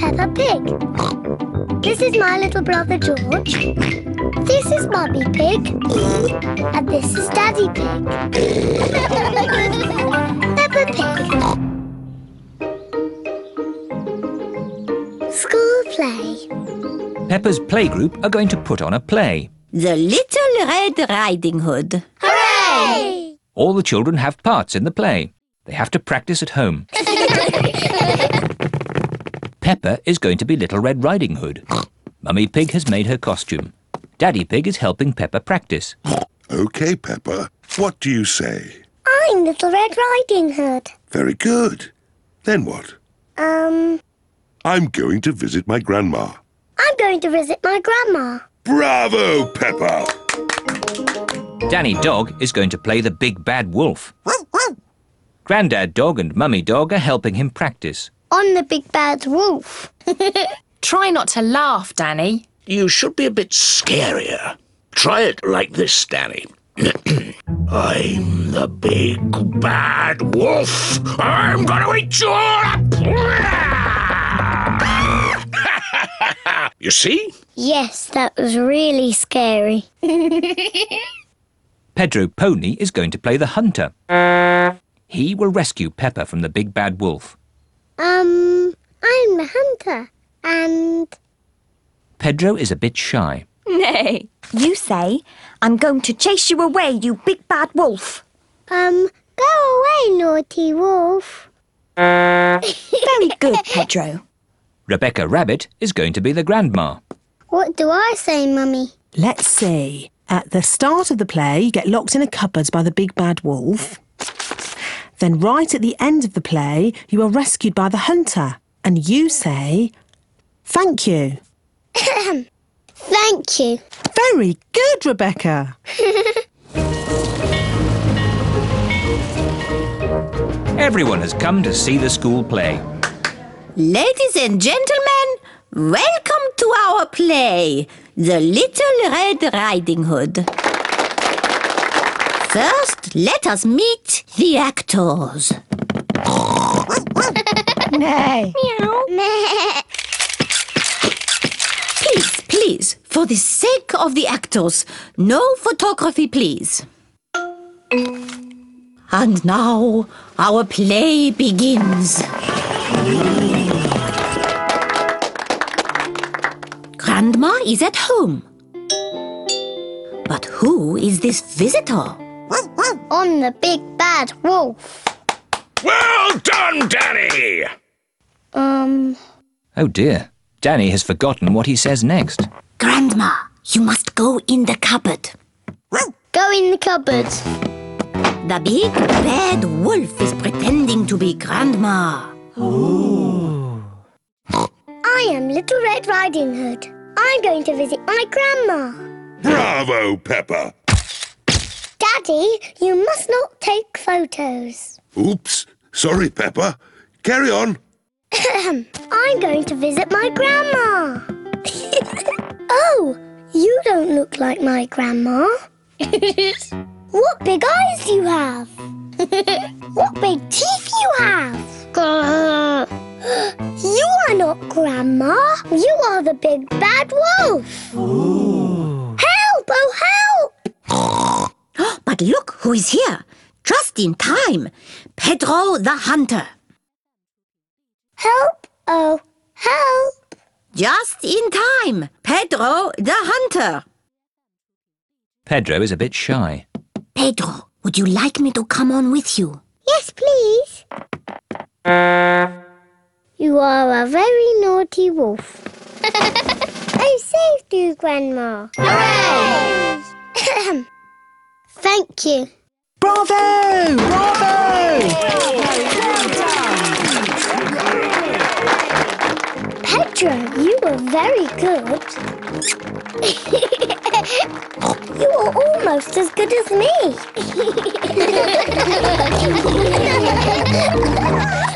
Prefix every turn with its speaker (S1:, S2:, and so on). S1: Pig. This is my little brother George. This is Mummy Pig. And this is Daddy Pig. Peppa Pig. School play.
S2: Peppa's playgroup are going to put on a play.
S3: The Little Red Riding Hood.
S1: Hooray!
S2: All the children have parts in the play. They have to practice at home. Peppa is going to be Little Red Riding Hood. Mummy Pig has made her costume. Daddy Pig is helping Peppa practice.
S4: OK, Peppa, what do you say?
S1: I'm Little Red Riding Hood.
S4: Very good. Then what?
S1: Um,
S4: I'm going to visit my grandma.
S1: I'm going to visit my grandma.
S4: Bravo, Peppa!
S2: Danny Dog is going to play the big bad wolf. Grandad Dog and Mummy Dog are helping him practice.
S1: On the big bad wolf.
S5: Try not to laugh, Danny.
S6: You should be a bit scarier. Try it like this, Danny. I'm the big bad wolf. I'm gonna eat you all up. you see?
S1: Yes, that was really scary.
S2: Pedro Pony is going to play the hunter. He will rescue Peppa from the big bad wolf.
S1: Um, I'm the hunter. And
S2: Pedro is a bit shy.
S3: Nay. You say, I'm going to chase you away, you big bad wolf.
S1: Um, go away, naughty wolf.
S3: Very good, Pedro.
S2: Rebecca Rabbit is going to be the grandma.
S1: What do I say, Mummy?
S7: Let's see. At the start of the play, you get locked in a cupboard by the big bad wolf. Then, right at the end of the play, you are rescued by the hunter. And you say, Thank you.
S1: Thank you.
S7: Very good, Rebecca.
S2: Everyone has come to see the school play.
S3: Ladies and gentlemen, welcome to our play, The Little Red Riding Hood. First, let us meet the actors. Nay. Please, please, for the sake of the actors, no photography, please. And now our play begins. Grandma is at home. But who is this visitor?
S1: On the big bad wolf.
S6: Well done, Danny!
S1: Um,
S2: Oh dear. Danny has forgotten what he says next.
S3: Grandma, you must go in the cupboard.
S1: go in the cupboard.
S3: The big bad wolf is pretending to be Grandma.
S1: I am Little Red Riding Hood. I'm going to visit my grandma.
S4: Bravo, Peppa!
S1: Daddy, you must not take photos.
S4: Oops, sorry, Peppa. Carry on.
S1: I'm going to visit my grandma. oh, you don't look like my grandma. what big eyes you have. what big teeth you have. you are not grandma. You are the big bad wolf. Help, oh help!
S3: But look who is here. Just in time. Pedro the hunter.
S1: Help, oh help!
S3: Just in time. Pedro the hunter.
S2: Pedro is a bit shy.
S3: Pedro, would you like me to come on with you?
S1: Yes, please. You are a very naughty wolf. I saved you, Grandma. Hooray! Thank you.
S7: Bravo! Bravo!
S1: Pedro, you were very good. you were almost as good as me.